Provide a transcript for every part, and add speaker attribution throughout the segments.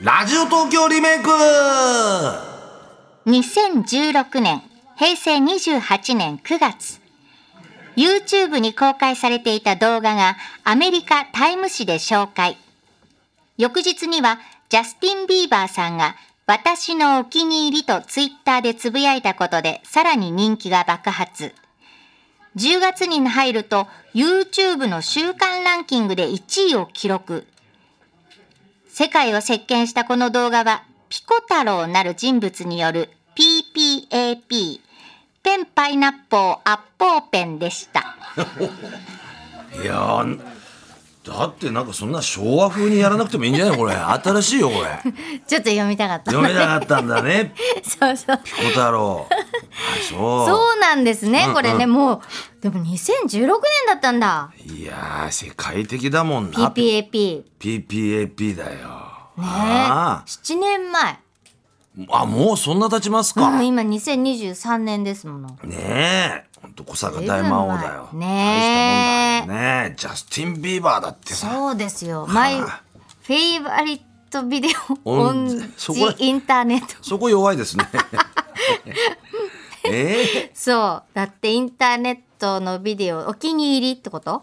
Speaker 1: ラジオ東京リメイク
Speaker 2: 2016年、平成28年9月、YouTube に公開されていた動画がアメリカタイム誌で紹介。翌日にはジャスティン・ビーバーさんが私のお気に入りとツイッターでつぶやいたことでさらに人気が爆発。10月に入ると YouTube の週間ランキングで1位を記録。世界を席巻したこの動画は、ピコ太郎なる人物による PPAP、ペンパイナッポーアッポーペンでした。
Speaker 1: いやーだってなんかそんな昭和風にやらなくてもいいんじゃないこれ新しいよこれ
Speaker 3: ちょっと読みたかった。
Speaker 1: 読めなかったんだね
Speaker 3: そうそう。
Speaker 1: ピコ太 郎あそう
Speaker 3: そうなんですね、
Speaker 1: うん
Speaker 3: これね、もう、でも2016年だったんだ。
Speaker 1: いやー世界的だもんな
Speaker 3: PPAP。ね
Speaker 1: PPAP だよ
Speaker 3: え。
Speaker 1: あ
Speaker 3: 7年前。
Speaker 1: ーあもうそんな経ちますか、
Speaker 3: うん、今2023年ですもの。
Speaker 1: ねえほんと小坂大魔王だよ
Speaker 3: 随分前
Speaker 1: 大したも
Speaker 3: ねえ
Speaker 1: んだよねジャスティン・ビーバーだってさ
Speaker 3: そうですよ。マイフェイバリットビデオ
Speaker 1: オ
Speaker 3: オ
Speaker 1: ン
Speaker 3: ン
Speaker 1: そ
Speaker 3: ジ
Speaker 1: こだ
Speaker 3: インターネット。
Speaker 1: そこ弱いです ね ええ
Speaker 3: そう。だってインターネットのビデオ、お気に入りってこと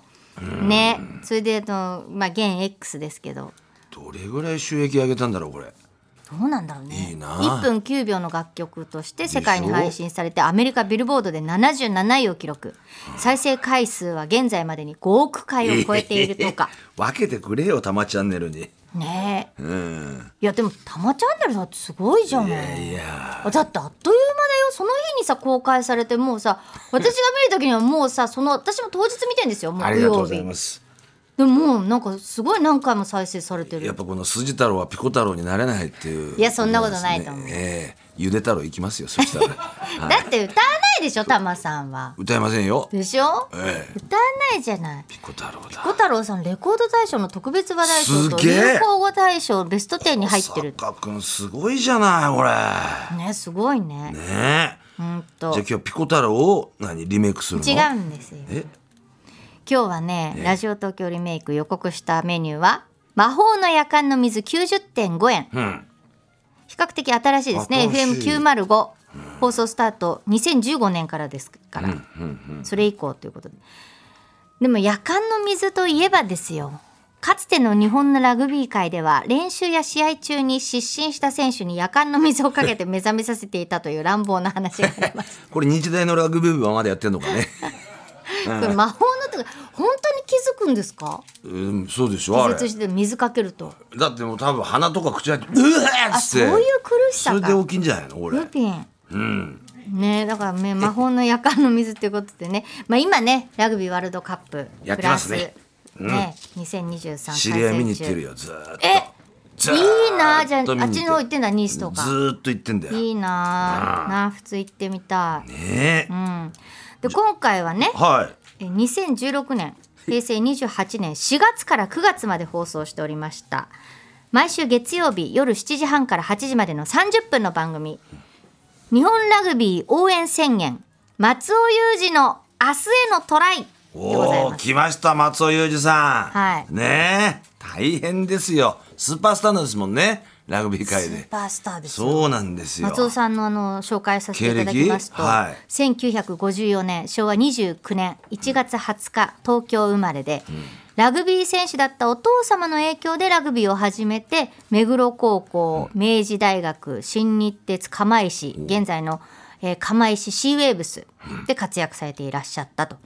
Speaker 3: ね。それで、あの、まあ、現 X ですけど。
Speaker 1: どれぐらい収益上げたんだろうこれ
Speaker 3: どうなんだろうね。
Speaker 1: いいな
Speaker 3: 1分9秒の楽曲として世界に
Speaker 1: でしょ
Speaker 3: 配信されてアメリカビルボードで77位を記録。再生回数は現在までに5億回を超えている とか。
Speaker 1: 分けてくれよたまチャンネルに
Speaker 3: ねえ。
Speaker 1: うん
Speaker 3: いやでも「たまチャンネル」だってすごいじゃん。
Speaker 1: いや
Speaker 3: あだってあっという間だよその日にさ公開されてもうさ私が見る時にはもうさその私も当日見てんですよ
Speaker 1: あ
Speaker 3: 木
Speaker 1: りがとう
Speaker 3: 曜
Speaker 1: ござい
Speaker 3: 日
Speaker 1: ます
Speaker 3: でももうなんかすごい何回も再生されて
Speaker 1: やっ
Speaker 3: る
Speaker 1: ぱこの筋太郎はピコ太郎になれないっていうい
Speaker 3: いやそんなことないと思う
Speaker 1: ええゆで太郎いきますよそしたら、 はい
Speaker 3: だって歌わないでしょたまさんは
Speaker 1: 歌えませんよ、
Speaker 3: でしょ
Speaker 1: ええ
Speaker 3: 歌わないじゃない
Speaker 1: ピコ太郎だ
Speaker 3: 小太郎さんレコード大賞の特別話題賞と
Speaker 1: すげえ
Speaker 3: 流行語大賞ベスト10に入ってる
Speaker 1: 坂君すごいじゃないこれ
Speaker 3: ねすごいね
Speaker 1: ねえ
Speaker 3: うん
Speaker 1: じ
Speaker 3: と
Speaker 1: ゃあ今日ピコ太郎を何リメイクするの
Speaker 3: 違うんですよ
Speaker 1: え
Speaker 3: 今日はねラジオ東京リメイク予告したメニューは魔法の夜間の水90.5円
Speaker 1: うん
Speaker 3: 比較的新しいですね
Speaker 1: 新しい
Speaker 3: FM905 放送スタート2015年からですから、それ以降ということででも夜間の水といえばですよかつての日本のラグビー界では練習や試合中に失神した選手に夜間の水をかけて目覚めさせていたという乱暴な話があります
Speaker 1: これ日大のラグビー部はまだやってんのかね
Speaker 3: これ魔法のとか本当に気づくんですか
Speaker 1: うんそうでしょあ
Speaker 3: 気
Speaker 1: れ
Speaker 3: 絶して水かけると
Speaker 1: だってもう多分鼻とか口開いて「うわ!」っ
Speaker 3: あ
Speaker 1: つ
Speaker 3: そ
Speaker 1: っ
Speaker 3: う
Speaker 1: て
Speaker 3: いう苦し
Speaker 1: そ
Speaker 3: さ
Speaker 1: れで
Speaker 3: か
Speaker 1: 大きいんじゃないのこれ
Speaker 3: ルピンねえだからね魔法の夜間の水っていうことでね、まあ、今ねラグビーワールドカップ
Speaker 1: やってますね
Speaker 3: フランスね2023
Speaker 1: 知り合い見に行ってる
Speaker 3: よ
Speaker 1: よずーっと
Speaker 3: え
Speaker 1: ず
Speaker 3: いいなあじゃあ
Speaker 1: ー
Speaker 3: あっ
Speaker 1: と見に行て
Speaker 3: ちの方行ってんだニースと
Speaker 1: ず
Speaker 3: か
Speaker 1: ーっと行ってんだよ
Speaker 3: いいなあなあ普通行ってみたい、
Speaker 1: ねえ
Speaker 3: うん、で今回はね
Speaker 1: はい
Speaker 3: え2016年平成28年4月から9月まで放送しておりました毎週月曜日夜7時半から8時までの30分の番組「日本ラグビー応援宣言松尾雄二の明日へのトライ」でござい
Speaker 1: おお
Speaker 3: ます
Speaker 1: 来ました松尾裕二さん、
Speaker 3: はい
Speaker 1: ねえ大変ですよスーパースターなんですもんねラグビー界
Speaker 3: スー
Speaker 1: で
Speaker 3: パースターですよ
Speaker 1: そうなんですよ
Speaker 3: 松尾さんのあの紹介させていただきますと、
Speaker 1: 経歴はい
Speaker 3: 1954年昭和29年1月20日東京生まれで、ラグビー選手だったお父様の影響でラグビーを始めて目黒高校、明治大学新日鉄釜石現在の、えー釜石シーウェーブスで活躍されていらっしゃったと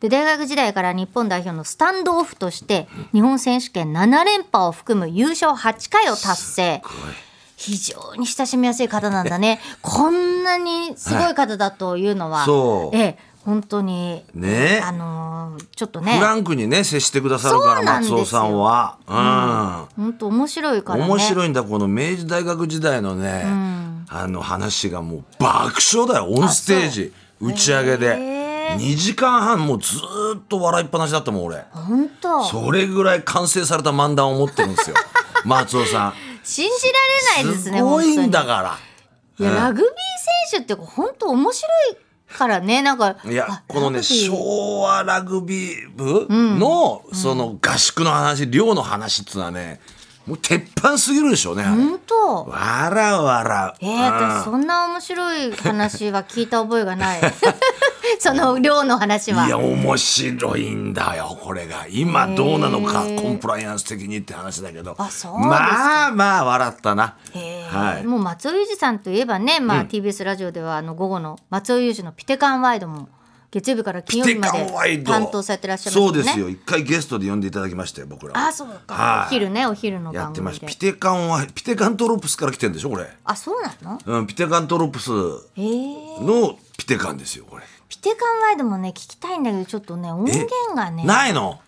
Speaker 3: で大学時代から日本代表のスタンドオフとして日本選手権7連覇を含む優勝8回を達成。非常に親しみやすい方なんだねこんなにすごい方だというのは、
Speaker 1: そう
Speaker 3: ええ本当に、
Speaker 1: ね
Speaker 3: あのーちょっと
Speaker 1: フ
Speaker 3: ね
Speaker 1: ランクにね接してくださるか
Speaker 3: そ
Speaker 1: ら
Speaker 3: うなんです
Speaker 1: 松
Speaker 3: よ
Speaker 1: 尾さんはうん
Speaker 3: 本当面白いからね
Speaker 1: 面白いんだこの明治大学時代のね、あの話がもう爆笑だよオンステージ打ち上げで、
Speaker 3: へー
Speaker 1: 2時間半もうずーっと笑いっぱなしだったもん俺
Speaker 3: 本当
Speaker 1: それぐらい完成された漫談を持ってるんですよ 松尾さん
Speaker 3: 信じられないですね
Speaker 1: ごいんだ
Speaker 3: 本
Speaker 1: か
Speaker 3: 当にいやラグビー選手って本当面白いからねなんから
Speaker 1: いや
Speaker 3: あ
Speaker 1: このね
Speaker 3: ラグビー
Speaker 1: 昭和ラグビー部のその合宿の話寮の話っつうのはねもう鉄板すぎるでしょうね。あれ
Speaker 3: 本当
Speaker 1: わらわら。
Speaker 3: えー、
Speaker 1: うん
Speaker 3: 私そんな面白い話は聞いた覚えが ないその量の話はい
Speaker 1: や面白いんだよこれが今どうなのか
Speaker 3: へー
Speaker 1: コンプライアンス的にって話だけど
Speaker 3: あそうですか
Speaker 1: まあまあ笑ったな
Speaker 3: へー
Speaker 1: はい
Speaker 3: もう松尾裕二さんといえばね、まあ、TBS ラジオではあの午後の松尾裕二の「ピテカンワイド」も月曜日から金曜日ま
Speaker 1: ピテカンワイ
Speaker 3: で
Speaker 1: ド
Speaker 3: 担当されてらっしゃいます
Speaker 1: そ
Speaker 3: も
Speaker 1: うん
Speaker 3: ね
Speaker 1: ですよ一回ゲストで呼んでいただきましたよ僕ら
Speaker 3: あそうか
Speaker 1: はい
Speaker 3: お昼ねお昼の
Speaker 1: やっ
Speaker 3: 番
Speaker 1: てま
Speaker 3: 組
Speaker 1: したピテ
Speaker 3: で
Speaker 1: カンはピテカントロプスから来てんでしょこれ、
Speaker 3: あそうなの
Speaker 1: うん、ピテカントロプス
Speaker 3: へえ
Speaker 1: のピテカンですよこれ
Speaker 3: ピテカンワイドもね聞きたいんだけどちょっとね音源がね
Speaker 1: ないの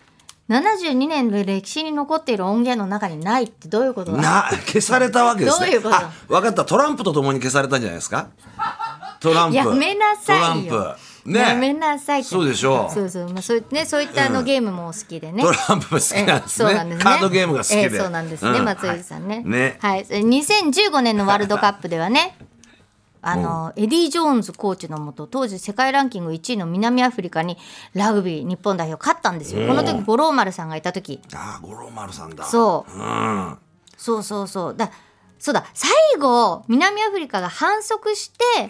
Speaker 3: 72年の歴史に残っている音源の中にないってどういうことだ
Speaker 1: な消されたわけですね
Speaker 3: どういうこと
Speaker 1: あ分かったトランプと共に消されたんじゃないですかトランプ
Speaker 3: やめなさいよ
Speaker 1: トランプね
Speaker 3: やめなさいって
Speaker 1: そうでしょう
Speaker 3: そうそう、まあ、そういねそういったあのゲームもお好きでね
Speaker 1: トランプも好きなんですね,、
Speaker 3: ええそうなんですね
Speaker 1: カードゲームが好きで、
Speaker 3: ええそうなんですね、
Speaker 1: う
Speaker 3: 松井さんね。
Speaker 1: ね
Speaker 3: はい、え2015年のワールドカップではね。あのエディ・ジョーンズコーチのもと当時世界ランキング1位の南アフリカにラグビー日本代表勝ったんですよこの時五郎丸さんがいた時
Speaker 1: ああ五郎丸さんだ
Speaker 3: そう
Speaker 1: うんあ
Speaker 3: そうそうそうだそうだ最後南アフリカが反則して、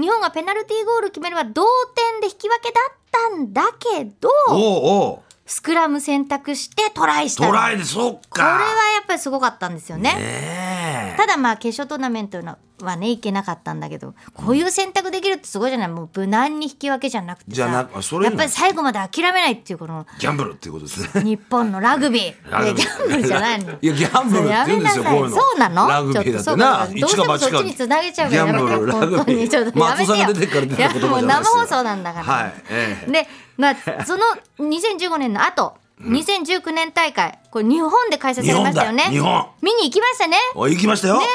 Speaker 3: 日本がペナルティーゴール決めれば同点で引き分けだったんだけど
Speaker 1: おうおう
Speaker 3: スクラム選択してトライしたの
Speaker 1: トライでそっ
Speaker 3: これ
Speaker 1: か
Speaker 3: はやっぱりすごかったんですよね
Speaker 1: ねえ
Speaker 3: ただまあ決勝トーナメントのはねいけなかったんだけどこういう選択できるってすごいじゃないもう無難に引き分けじゃなくてさ
Speaker 1: じゃなあそれ
Speaker 3: やっぱり最後まで諦めないっていうこの
Speaker 1: ギャンブルっていうことですね
Speaker 3: 日本のラグビー
Speaker 1: ラグビー
Speaker 3: いやギャンブルじゃないの
Speaker 1: いやギャンブルって言うんですよ
Speaker 3: やめなさい
Speaker 1: こういうの
Speaker 3: そうなの
Speaker 1: ラグビーだっ
Speaker 3: ちょっと
Speaker 1: てな
Speaker 3: そうだそうだどうしてもそっちに繋げちゃうから
Speaker 1: ギャンブル
Speaker 3: やめて
Speaker 1: ラグビ
Speaker 3: 本当にちょっ
Speaker 1: ー
Speaker 3: とやめ
Speaker 1: 松尾
Speaker 3: てよ
Speaker 1: さんが出てから出てくる言葉じゃないですよ
Speaker 3: いやもう生放送なんだから
Speaker 1: はい、ええ
Speaker 3: で、まあ、その2015年の後、2019年大会これ日本で開催されましたよね
Speaker 1: 日本だ日本
Speaker 3: 見に行きましたね
Speaker 1: お行きましたよ、
Speaker 3: ね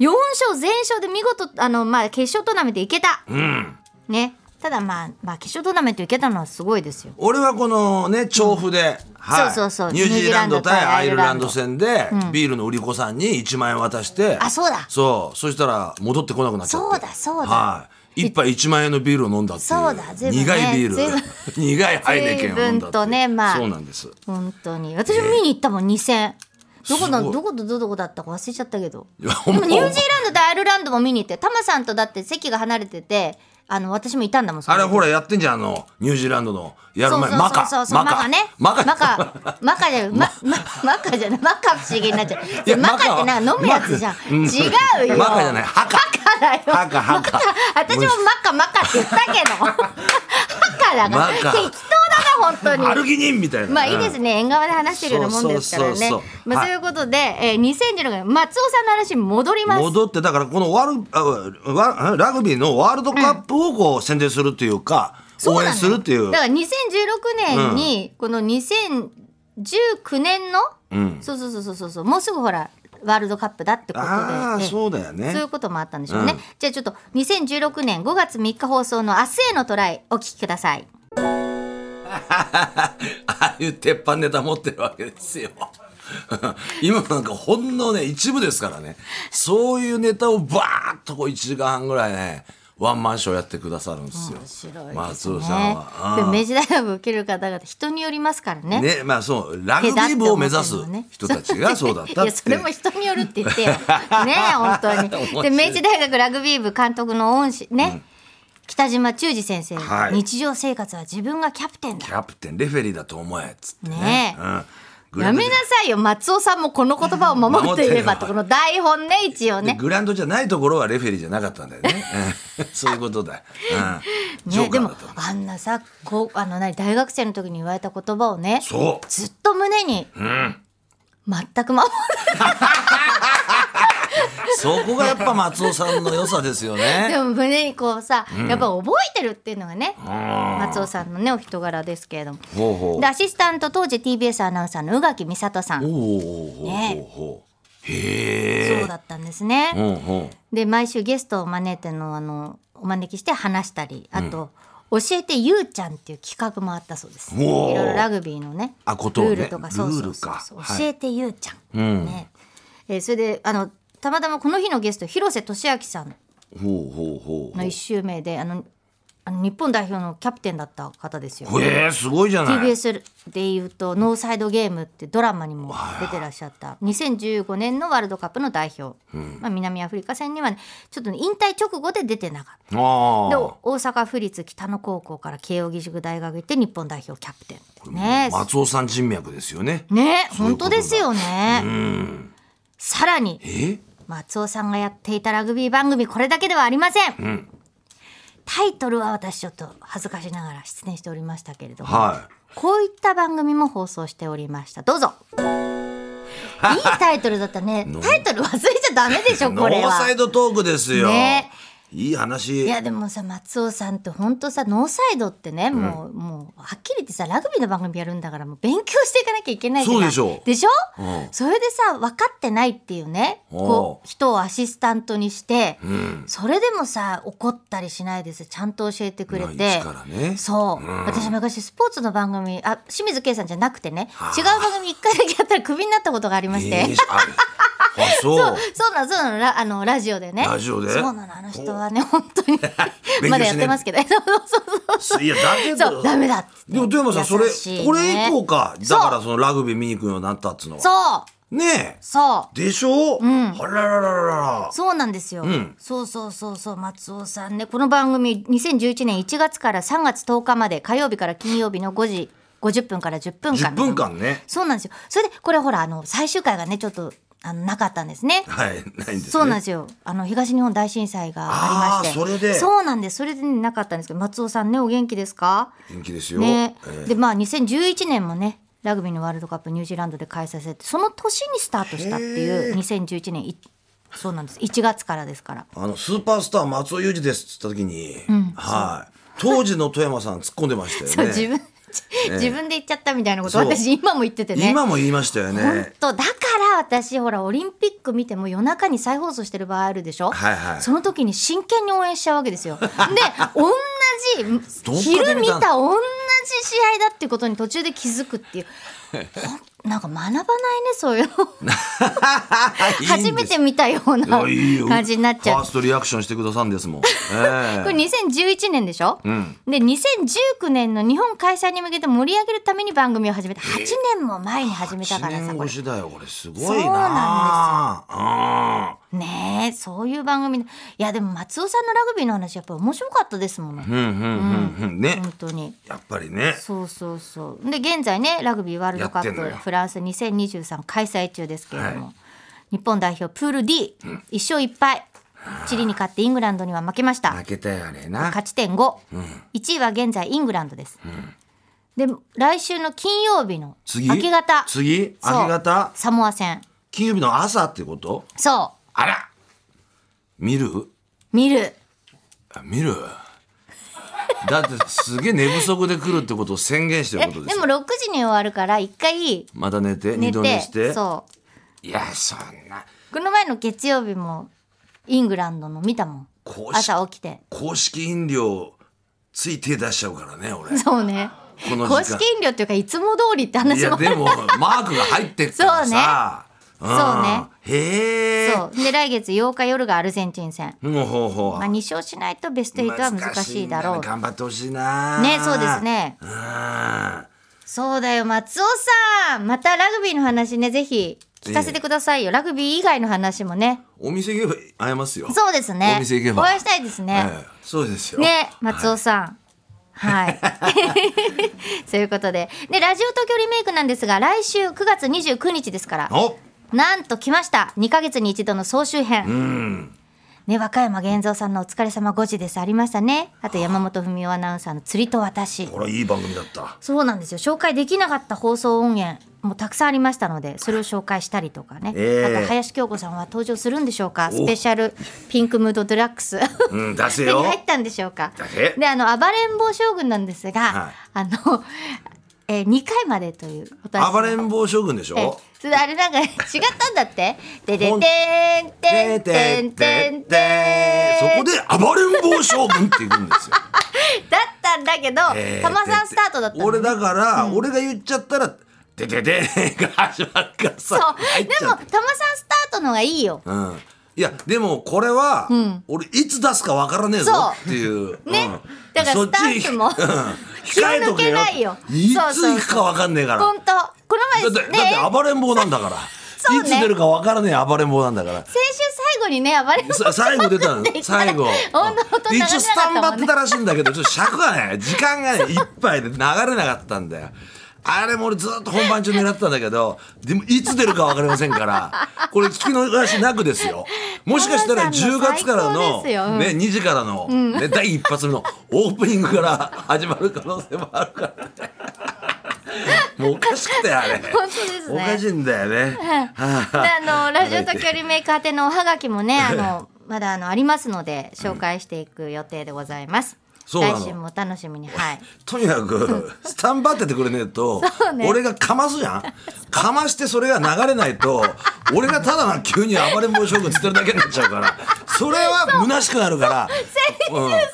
Speaker 3: 4勝全勝で見事あの、まあ、決勝トーナメント行けた、
Speaker 1: うん
Speaker 3: ねただまあ、まあ、決勝トーナメント行けたのはすごいですよ
Speaker 1: 俺はこのね調布で、はい
Speaker 3: そうそうそう
Speaker 1: ニュージーランド対アイルランド
Speaker 3: ニュージ
Speaker 1: 戦で、ビールの売り子さんに1万円渡して
Speaker 3: あそうだ
Speaker 1: そうそしたら戻ってこなくなっちゃって
Speaker 3: そうだそうだ
Speaker 1: はい一杯1万円のビールを飲んだっていう
Speaker 3: そうだ随分ね
Speaker 1: 苦いビール
Speaker 3: 随分
Speaker 1: 苦いハイネケンを飲んだってい
Speaker 3: 随
Speaker 1: う
Speaker 3: 分とねまあ
Speaker 1: そうなんです
Speaker 3: 本当に私も見に行ったもん2戦どこだ
Speaker 1: すごい
Speaker 3: どことどこだったか忘れちゃったけど
Speaker 1: いや
Speaker 3: でも
Speaker 1: もう
Speaker 3: ニュージーランドとアイルランドも見に行ってタマさんとだって席が離れててあの私もいたんだもんそ
Speaker 1: あ
Speaker 3: の時
Speaker 1: れほらやってんじゃんあのニュージーランドのやる前マカ
Speaker 3: そうそうそうそうマカね
Speaker 1: マカ
Speaker 3: マカマカじ ゃマママカじゃないマカ不思議になっちゃ
Speaker 1: いや
Speaker 3: うマカってなんか飲むやつじゃん
Speaker 1: マカ
Speaker 3: 違うよ
Speaker 1: マカじゃないハカ
Speaker 3: マカだよ
Speaker 1: ハカハカ
Speaker 3: マカ私もマカマカって言ったけどハカだから
Speaker 1: マ
Speaker 3: 適
Speaker 1: カ
Speaker 3: 当だな本当に
Speaker 1: アルギニンみたいな
Speaker 3: まあいいですね、縁側で話してるようなもんですから
Speaker 1: そ
Speaker 3: ね。
Speaker 1: うそうそうそう
Speaker 3: まあ
Speaker 1: はい
Speaker 3: そういうことで、えー、2016年松尾さんの話に戻ります。
Speaker 1: 戻ってだからこのワールあわラグビーのワールドカップをこう宣伝するっていうか、
Speaker 3: そう
Speaker 1: 応
Speaker 3: なの
Speaker 1: 援するっていう
Speaker 3: だから2016年に、この2019年の、
Speaker 1: ん
Speaker 3: そうそうそうそうそうもうすぐほらワールドカップだってことで。
Speaker 1: ああ
Speaker 3: ええ
Speaker 1: そうだよね
Speaker 3: そういうこともあったんでしょうね、
Speaker 1: うん
Speaker 3: じゃあちょっと2016年5月3日放送の「明日へのトライ」お聞きください
Speaker 1: ああいう鉄板ネタ持ってるわけですよ 今なんかほんのね一部ですからねそういうネタをバーッとこう1時間半ぐらいねワンマンショーやってくださるんですよ松尾さんは
Speaker 3: ね、でも
Speaker 1: うん
Speaker 3: 明治大学受ける方々人によりますからね
Speaker 1: ねまあそうラグビー部を目指す人たちがそうだった
Speaker 3: い
Speaker 1: っ
Speaker 3: やそ
Speaker 1: て
Speaker 3: れも人によるって 言ってよねえ本当に
Speaker 1: 面白
Speaker 3: で
Speaker 1: い
Speaker 3: 明治大学ラグビー部監督の恩師ね、北島忠二先生、
Speaker 1: はい
Speaker 3: 日常生活は自分がキャプテンだ
Speaker 1: キャプテンレフェリーだと思えっつってね
Speaker 3: ねえ
Speaker 1: うんグラ
Speaker 3: や
Speaker 1: ウンド
Speaker 3: め
Speaker 1: で
Speaker 3: なさいよ松尾さんもこの言葉を守っていればとこの台本ね一応
Speaker 1: で
Speaker 3: ね
Speaker 1: グラウンドじゃないところはレフェリーじゃなかったんだよ ね。うんそういうことだ。うん、ジョ
Speaker 3: ね
Speaker 1: ーカ
Speaker 3: で
Speaker 1: ー
Speaker 3: も
Speaker 1: だと
Speaker 3: あんなさこうあの何大学生の時に言われた言葉をね
Speaker 1: そう
Speaker 3: ずっと胸に、全く守
Speaker 1: そこがやっぱ松尾さんの良さですよ
Speaker 3: らで
Speaker 1: ね。
Speaker 3: も胸にこうさ、やっぱ覚えてるっていうのがね、松尾さんのねお人柄 ですけれども
Speaker 1: ほうほう
Speaker 3: で。アシスタント当時 TBS アナウンサーの宇垣美里さん
Speaker 1: お
Speaker 3: そ
Speaker 1: おほうほうほう。へえ。
Speaker 3: うだったんですね。
Speaker 1: うんうん。
Speaker 3: で毎週ゲストを招いてのあのお招きして話したりあと、教えてゆうちゃんっていう企画もあったそうです。い
Speaker 1: お
Speaker 3: ろ
Speaker 1: ー
Speaker 3: いろラグビーのね
Speaker 1: あことをね
Speaker 3: ルールとかそうそうそうそう
Speaker 1: ルールかはい
Speaker 3: 教えてゆうちゃん、ねえーそれであのたまたまこの日のゲスト広瀬俊明さん
Speaker 1: ほうほうほうほ
Speaker 3: の
Speaker 1: う
Speaker 3: 1。周目であのあの日本代表のキャプテンだった方ですよ。
Speaker 1: えー、すごいじゃない
Speaker 3: TBS でいうと「ノーサイドゲーム」ってドラマにも出てらっしゃった2015年のワールドカップの代表、まあ、南アフリカ戦にはねちょっとね引退直後で出てなかった
Speaker 1: あー
Speaker 3: で大阪府立北野高校から慶應義塾大学行って日本代表キャプテンってね
Speaker 1: 松尾さん人脈ですよね
Speaker 3: ね
Speaker 1: ういう
Speaker 3: 本
Speaker 1: こと
Speaker 3: 当
Speaker 1: だ
Speaker 3: ですよね、さらに
Speaker 1: え
Speaker 3: 松尾さんがやっていたラグビー番組これだけではありません、タイトルは私ちょっと恥ずかしながら出演しておりましたけれども、
Speaker 1: は
Speaker 3: こういった番組も放送しておりましたどうぞいいタイトルだったねタイトル忘れちゃダメでし
Speaker 1: い
Speaker 3: ょこ
Speaker 1: ノ
Speaker 3: れ
Speaker 1: ーサイ
Speaker 3: は
Speaker 1: ドトークですよ、
Speaker 3: ね
Speaker 1: いい話
Speaker 3: いやでもさ松尾さんって本当さノーサイドってね、もうもうはっきり言ってさラグビーの番組やるんだからもう勉強していかなきゃいけないじゃない
Speaker 1: そうでしょう
Speaker 3: でしょ、
Speaker 1: うん
Speaker 3: それでさ分かってないっていうねこ
Speaker 1: お
Speaker 3: う人をアシスタントにして、
Speaker 1: うん
Speaker 3: それでもさ怒ったりしないでさちゃんと教えてくれ
Speaker 1: まあ
Speaker 3: て、
Speaker 1: 一からね
Speaker 3: そう、私昔スポーツの番組あ清水圭さんじゃなくてね違う番組一回だけやったらクビになったことがありまして、
Speaker 1: えーああそう
Speaker 3: そうなのそうなのラあのラジオでね
Speaker 1: ラジオで
Speaker 3: そうなのあの人はね本当に
Speaker 1: 勉強しない
Speaker 3: まだやってますけど そうそうそう
Speaker 1: いやだけど
Speaker 3: そうダメだっつって
Speaker 1: でも富山さんそれ、
Speaker 3: 優しいね
Speaker 1: これ以降かだからそのラグビー見に行くようになったっつうのは
Speaker 3: そう
Speaker 1: ねえ
Speaker 3: そう
Speaker 1: でしょ、うあららららら
Speaker 3: そうなんですよ、
Speaker 1: ん
Speaker 3: そうそうそうそう松尾さんねこの番組2011年1月から3月10日まで火曜日から金曜日の5時50分から10分間
Speaker 1: 10分間ね
Speaker 3: そうなんですよそれでこれほらあの最終回がねちょっとあのなかったんですね
Speaker 1: はいないんですね
Speaker 3: そうなんですよ。あの東日本大震災がありまして、
Speaker 1: あーそれで
Speaker 3: うなんです。それでなかったんですけど、松尾さんねお元気ですか？
Speaker 1: 元気ですよ、
Speaker 3: ね、
Speaker 1: えー
Speaker 3: でまあ2011年もね。ラグビーのワールドカップニュージーランドで開催されてその年にスタートしたってい
Speaker 1: へ
Speaker 3: う2011年いそうなんです1月からですから
Speaker 1: あのスーパースター松尾裕二ですっつった時に、はい当時の富山さん突っ込んでましたよね
Speaker 3: そう自分自分で言っちゃったみたいなこと
Speaker 1: そう
Speaker 3: 私今も言っててね
Speaker 1: 今も言いましたよ
Speaker 3: 本
Speaker 1: ね
Speaker 3: 当だから私ほらオリンピック見ても夜中に再放送してる場合あるでしょ、
Speaker 1: はいはい
Speaker 3: その時に真剣に応援しちゃうわけで すよ。で同
Speaker 1: ど
Speaker 3: じ
Speaker 1: っかで
Speaker 3: 昼
Speaker 1: 見
Speaker 3: 見
Speaker 1: た
Speaker 3: た同じ試合だっていうことに途中で気づく っていうほんなんか学ばないねそういうの初めて見たようない
Speaker 1: やいいよ
Speaker 3: 感じになっちゃ
Speaker 1: フ
Speaker 3: う
Speaker 1: ァーストリアクションしてくださんですもん、え
Speaker 3: これ2011年でしょ、
Speaker 1: ん
Speaker 3: で2019年の日本開催に向けて盛り上げるために番組を始めた8年も前に始めた
Speaker 1: 1
Speaker 3: からさ
Speaker 1: 年
Speaker 3: こ
Speaker 1: 越
Speaker 3: れ
Speaker 1: しだよこれすごいな
Speaker 3: そうな
Speaker 1: あ
Speaker 3: ねえそういう番組いやでも松尾さんのラグビーの話やっぱ面白かったですもの、
Speaker 1: うんうんうんうんね
Speaker 3: 本当に
Speaker 1: やっぱりね
Speaker 3: そうそうそうで現在ねラグビーワールドカ
Speaker 1: や
Speaker 3: ッ
Speaker 1: ってんの
Speaker 3: プ
Speaker 1: よ
Speaker 3: フランス2023開催中ですけれども、
Speaker 1: は
Speaker 3: 日本代表プール D1、一勝1敗チリに勝ってイングランドには負けました
Speaker 1: 負けたよあれな
Speaker 3: 勝ち点5、1位は現在イングランドです、で来週の金曜日の
Speaker 1: 次
Speaker 3: 明け方
Speaker 1: 次
Speaker 3: そう
Speaker 1: 明け方
Speaker 3: サモア戦
Speaker 1: 金曜日の朝ってこと
Speaker 3: そ
Speaker 1: あら見る
Speaker 3: う見る
Speaker 1: あ見るだってすげえ寝不足で来るってことを宣言してる
Speaker 3: え
Speaker 1: こ
Speaker 3: で
Speaker 1: と
Speaker 3: も
Speaker 1: ですよ
Speaker 3: 6時に終わるから一回
Speaker 1: また寝て二
Speaker 3: 寝て
Speaker 1: 度寝して
Speaker 3: そう
Speaker 1: いやそんな
Speaker 3: この前の月曜日もイングランドの見たもん
Speaker 1: 公式
Speaker 3: 朝起きて
Speaker 1: 公式飲料つい手出しちゃうからね俺
Speaker 3: そうね
Speaker 1: この時間
Speaker 3: 公式飲料っていうかいつも通りって
Speaker 1: い
Speaker 3: 話
Speaker 1: や
Speaker 3: も
Speaker 1: でもマークが入ってっからさそう
Speaker 3: ね
Speaker 1: ねへえ
Speaker 3: そうで来月8日夜がアルゼンチン戦、
Speaker 1: うほうほうほう、
Speaker 3: まあ、2勝しないとベスト8は難しいだろ
Speaker 1: 難しんな頑
Speaker 3: う
Speaker 1: 張ってほしいな
Speaker 3: ねそうですね
Speaker 1: うんあ
Speaker 3: そうだよ松尾さんまたラグビーの話ねぜひ聞かせてくださいよ、ラグビー以外の話もね
Speaker 1: お店行けば会えますよ
Speaker 3: そうですね
Speaker 1: お店行けば
Speaker 3: お会いしたいですね、
Speaker 1: ええそうですよ
Speaker 3: ね、松尾さん。はい。 ということで。で、ラジオ東京リメイクなんですが、来週9月29日ですから、
Speaker 1: お
Speaker 3: なんと来ました。2ヶ月に一度の総集編。
Speaker 1: うん
Speaker 3: ね、和歌山源三さんのお疲れ様5時ですありましたね。あと山本文夫アナウンサーの釣りと私。
Speaker 1: これいい番組だった
Speaker 3: そうなんですよ。紹介できなかった放送音源もたくさんありましたので、それを紹介したりとかね。
Speaker 1: ええ
Speaker 3: あと林京子さんは登場するんでしょうか。
Speaker 1: お
Speaker 3: スペシャルピンクムードデラックス。
Speaker 1: うん出せ
Speaker 3: 手に
Speaker 1: よ
Speaker 3: 入ったんでしょうか
Speaker 1: だけ。
Speaker 3: で、あの暴れん坊将軍なんですが、
Speaker 1: はい
Speaker 3: あの、えー、2回までというお
Speaker 1: 暴れん
Speaker 3: 坊
Speaker 1: 坊将軍でしょ
Speaker 3: それであれなんか違ったんだって。でで
Speaker 1: ほん
Speaker 3: てんて
Speaker 1: て
Speaker 3: ん
Speaker 1: ん
Speaker 3: て
Speaker 1: て
Speaker 3: ん
Speaker 1: ん
Speaker 3: て
Speaker 1: て
Speaker 3: ん
Speaker 1: ん
Speaker 3: て
Speaker 1: そ
Speaker 3: ん。
Speaker 1: こで暴れん坊将軍って言うんです よ
Speaker 3: だったんだけど、
Speaker 1: ええ
Speaker 3: たまさんスタートだったの
Speaker 1: 俺だから俺が言っちゃったらてててが始まるから
Speaker 3: そう
Speaker 1: さ入っ
Speaker 3: で
Speaker 1: ち
Speaker 3: も
Speaker 1: ゃ
Speaker 3: たまさんスタートの方がいいよ。
Speaker 1: ううんいやでもこれは、俺いつ出すかわからねえぞっていう
Speaker 3: ね
Speaker 1: うん
Speaker 3: だから
Speaker 1: そっち
Speaker 3: スタッ フも
Speaker 1: 控えとけ
Speaker 3: 気を抜け
Speaker 1: よ
Speaker 3: ないよ
Speaker 1: いつ
Speaker 3: そうそうそう
Speaker 1: 行くかわかんねえから
Speaker 3: 本当この
Speaker 1: だ
Speaker 3: 前
Speaker 1: って
Speaker 3: ね
Speaker 1: だって暴れん坊なんだから
Speaker 3: そうね
Speaker 1: いつ出るかわからねえ暴れん坊なんだから
Speaker 3: 先週最後にね暴れん坊
Speaker 1: さ最後出た の最後
Speaker 3: 女の音流れなか
Speaker 1: 一応スタンバ
Speaker 3: った
Speaker 1: っ
Speaker 3: もん
Speaker 1: て
Speaker 3: ね
Speaker 1: たらしいんだけどちょっと尺がね時間がねいっぱいで流れなかったんだよあれも俺ずっと本番中狙ってたんだけどでもいつ出るか分かりませんからこれ聞き逃しなくですよもしかしたら
Speaker 3: 山さん
Speaker 1: 10
Speaker 3: の
Speaker 1: 月からの、
Speaker 3: 最高ですようん
Speaker 1: ね、2時からの、ね、第一発目のオープニングから始まる可能性もあるからねもうおかしくてあれ
Speaker 3: 本当です
Speaker 1: おか
Speaker 3: ね
Speaker 1: しいんだよね、
Speaker 3: であのラジオと距離メーカー宛てのおはがき もねあのまだあのありますので紹介していく予定でございます、
Speaker 1: そうなの
Speaker 3: 来週もお楽しみにはい
Speaker 1: とにかくスタンバっててくれねえと、
Speaker 3: そうね
Speaker 1: 俺がかますじゃんかましてそれが流れないと俺がただな急に暴れん坊将軍つってるだけになっちゃうからそれは虚しくなるからうん
Speaker 3: そうだっ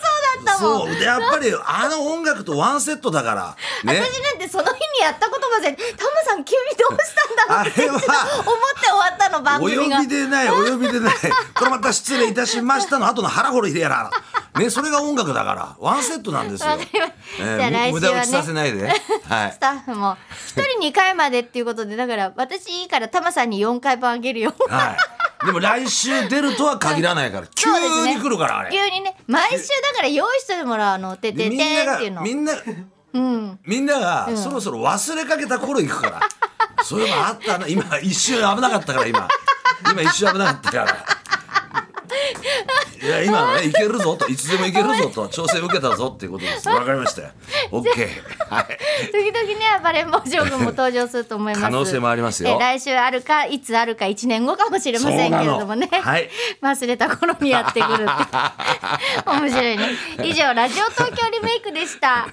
Speaker 3: たもん
Speaker 1: そうでやっぱりあの音楽とワンセットだからね
Speaker 3: 私なんてその日にやったことまでタマさん急にどうしたんだろうって
Speaker 1: あれは
Speaker 3: 思って終わったの番
Speaker 1: お
Speaker 3: 組
Speaker 1: 呼
Speaker 3: が
Speaker 1: びでないお呼びでないこれまた失礼いたしましたの後の腹掘りでやらねそれが音楽だからワンセットなんですよ、え
Speaker 3: じゃあ来週はね
Speaker 1: 無駄打ちさせないではい
Speaker 3: スタッフも1人2回までっていうことでだから私いいからタマさんに4回分あげるよ
Speaker 1: はい。でも来週出るとは限らないから、急
Speaker 3: そうですね
Speaker 1: に来るから、あれ。
Speaker 3: 急にね毎週だから用意してもらうの「てて
Speaker 1: で
Speaker 3: てん」っ
Speaker 1: みん
Speaker 3: て
Speaker 1: な
Speaker 3: いうの
Speaker 1: が、みんな、みんなが、そろそろ忘れかけた頃行くから。そういえばあったな、今一瞬危なかったから、今。今一瞬危なかったから。いや今のね、いけるぞと、いつでもいけるぞ と、調整受けたぞっていうことです。わかりましたよ。オッケー。はい。
Speaker 3: 時々ね暴れん坊将軍も登場すると思います
Speaker 1: 可能性もありますよ
Speaker 3: え来週あるかいつあるか1年後かもしれませんけれどもね
Speaker 1: そうなのはい
Speaker 3: 忘れ た頃にやってくるって面白いね以上ラジオ東京リメイクでした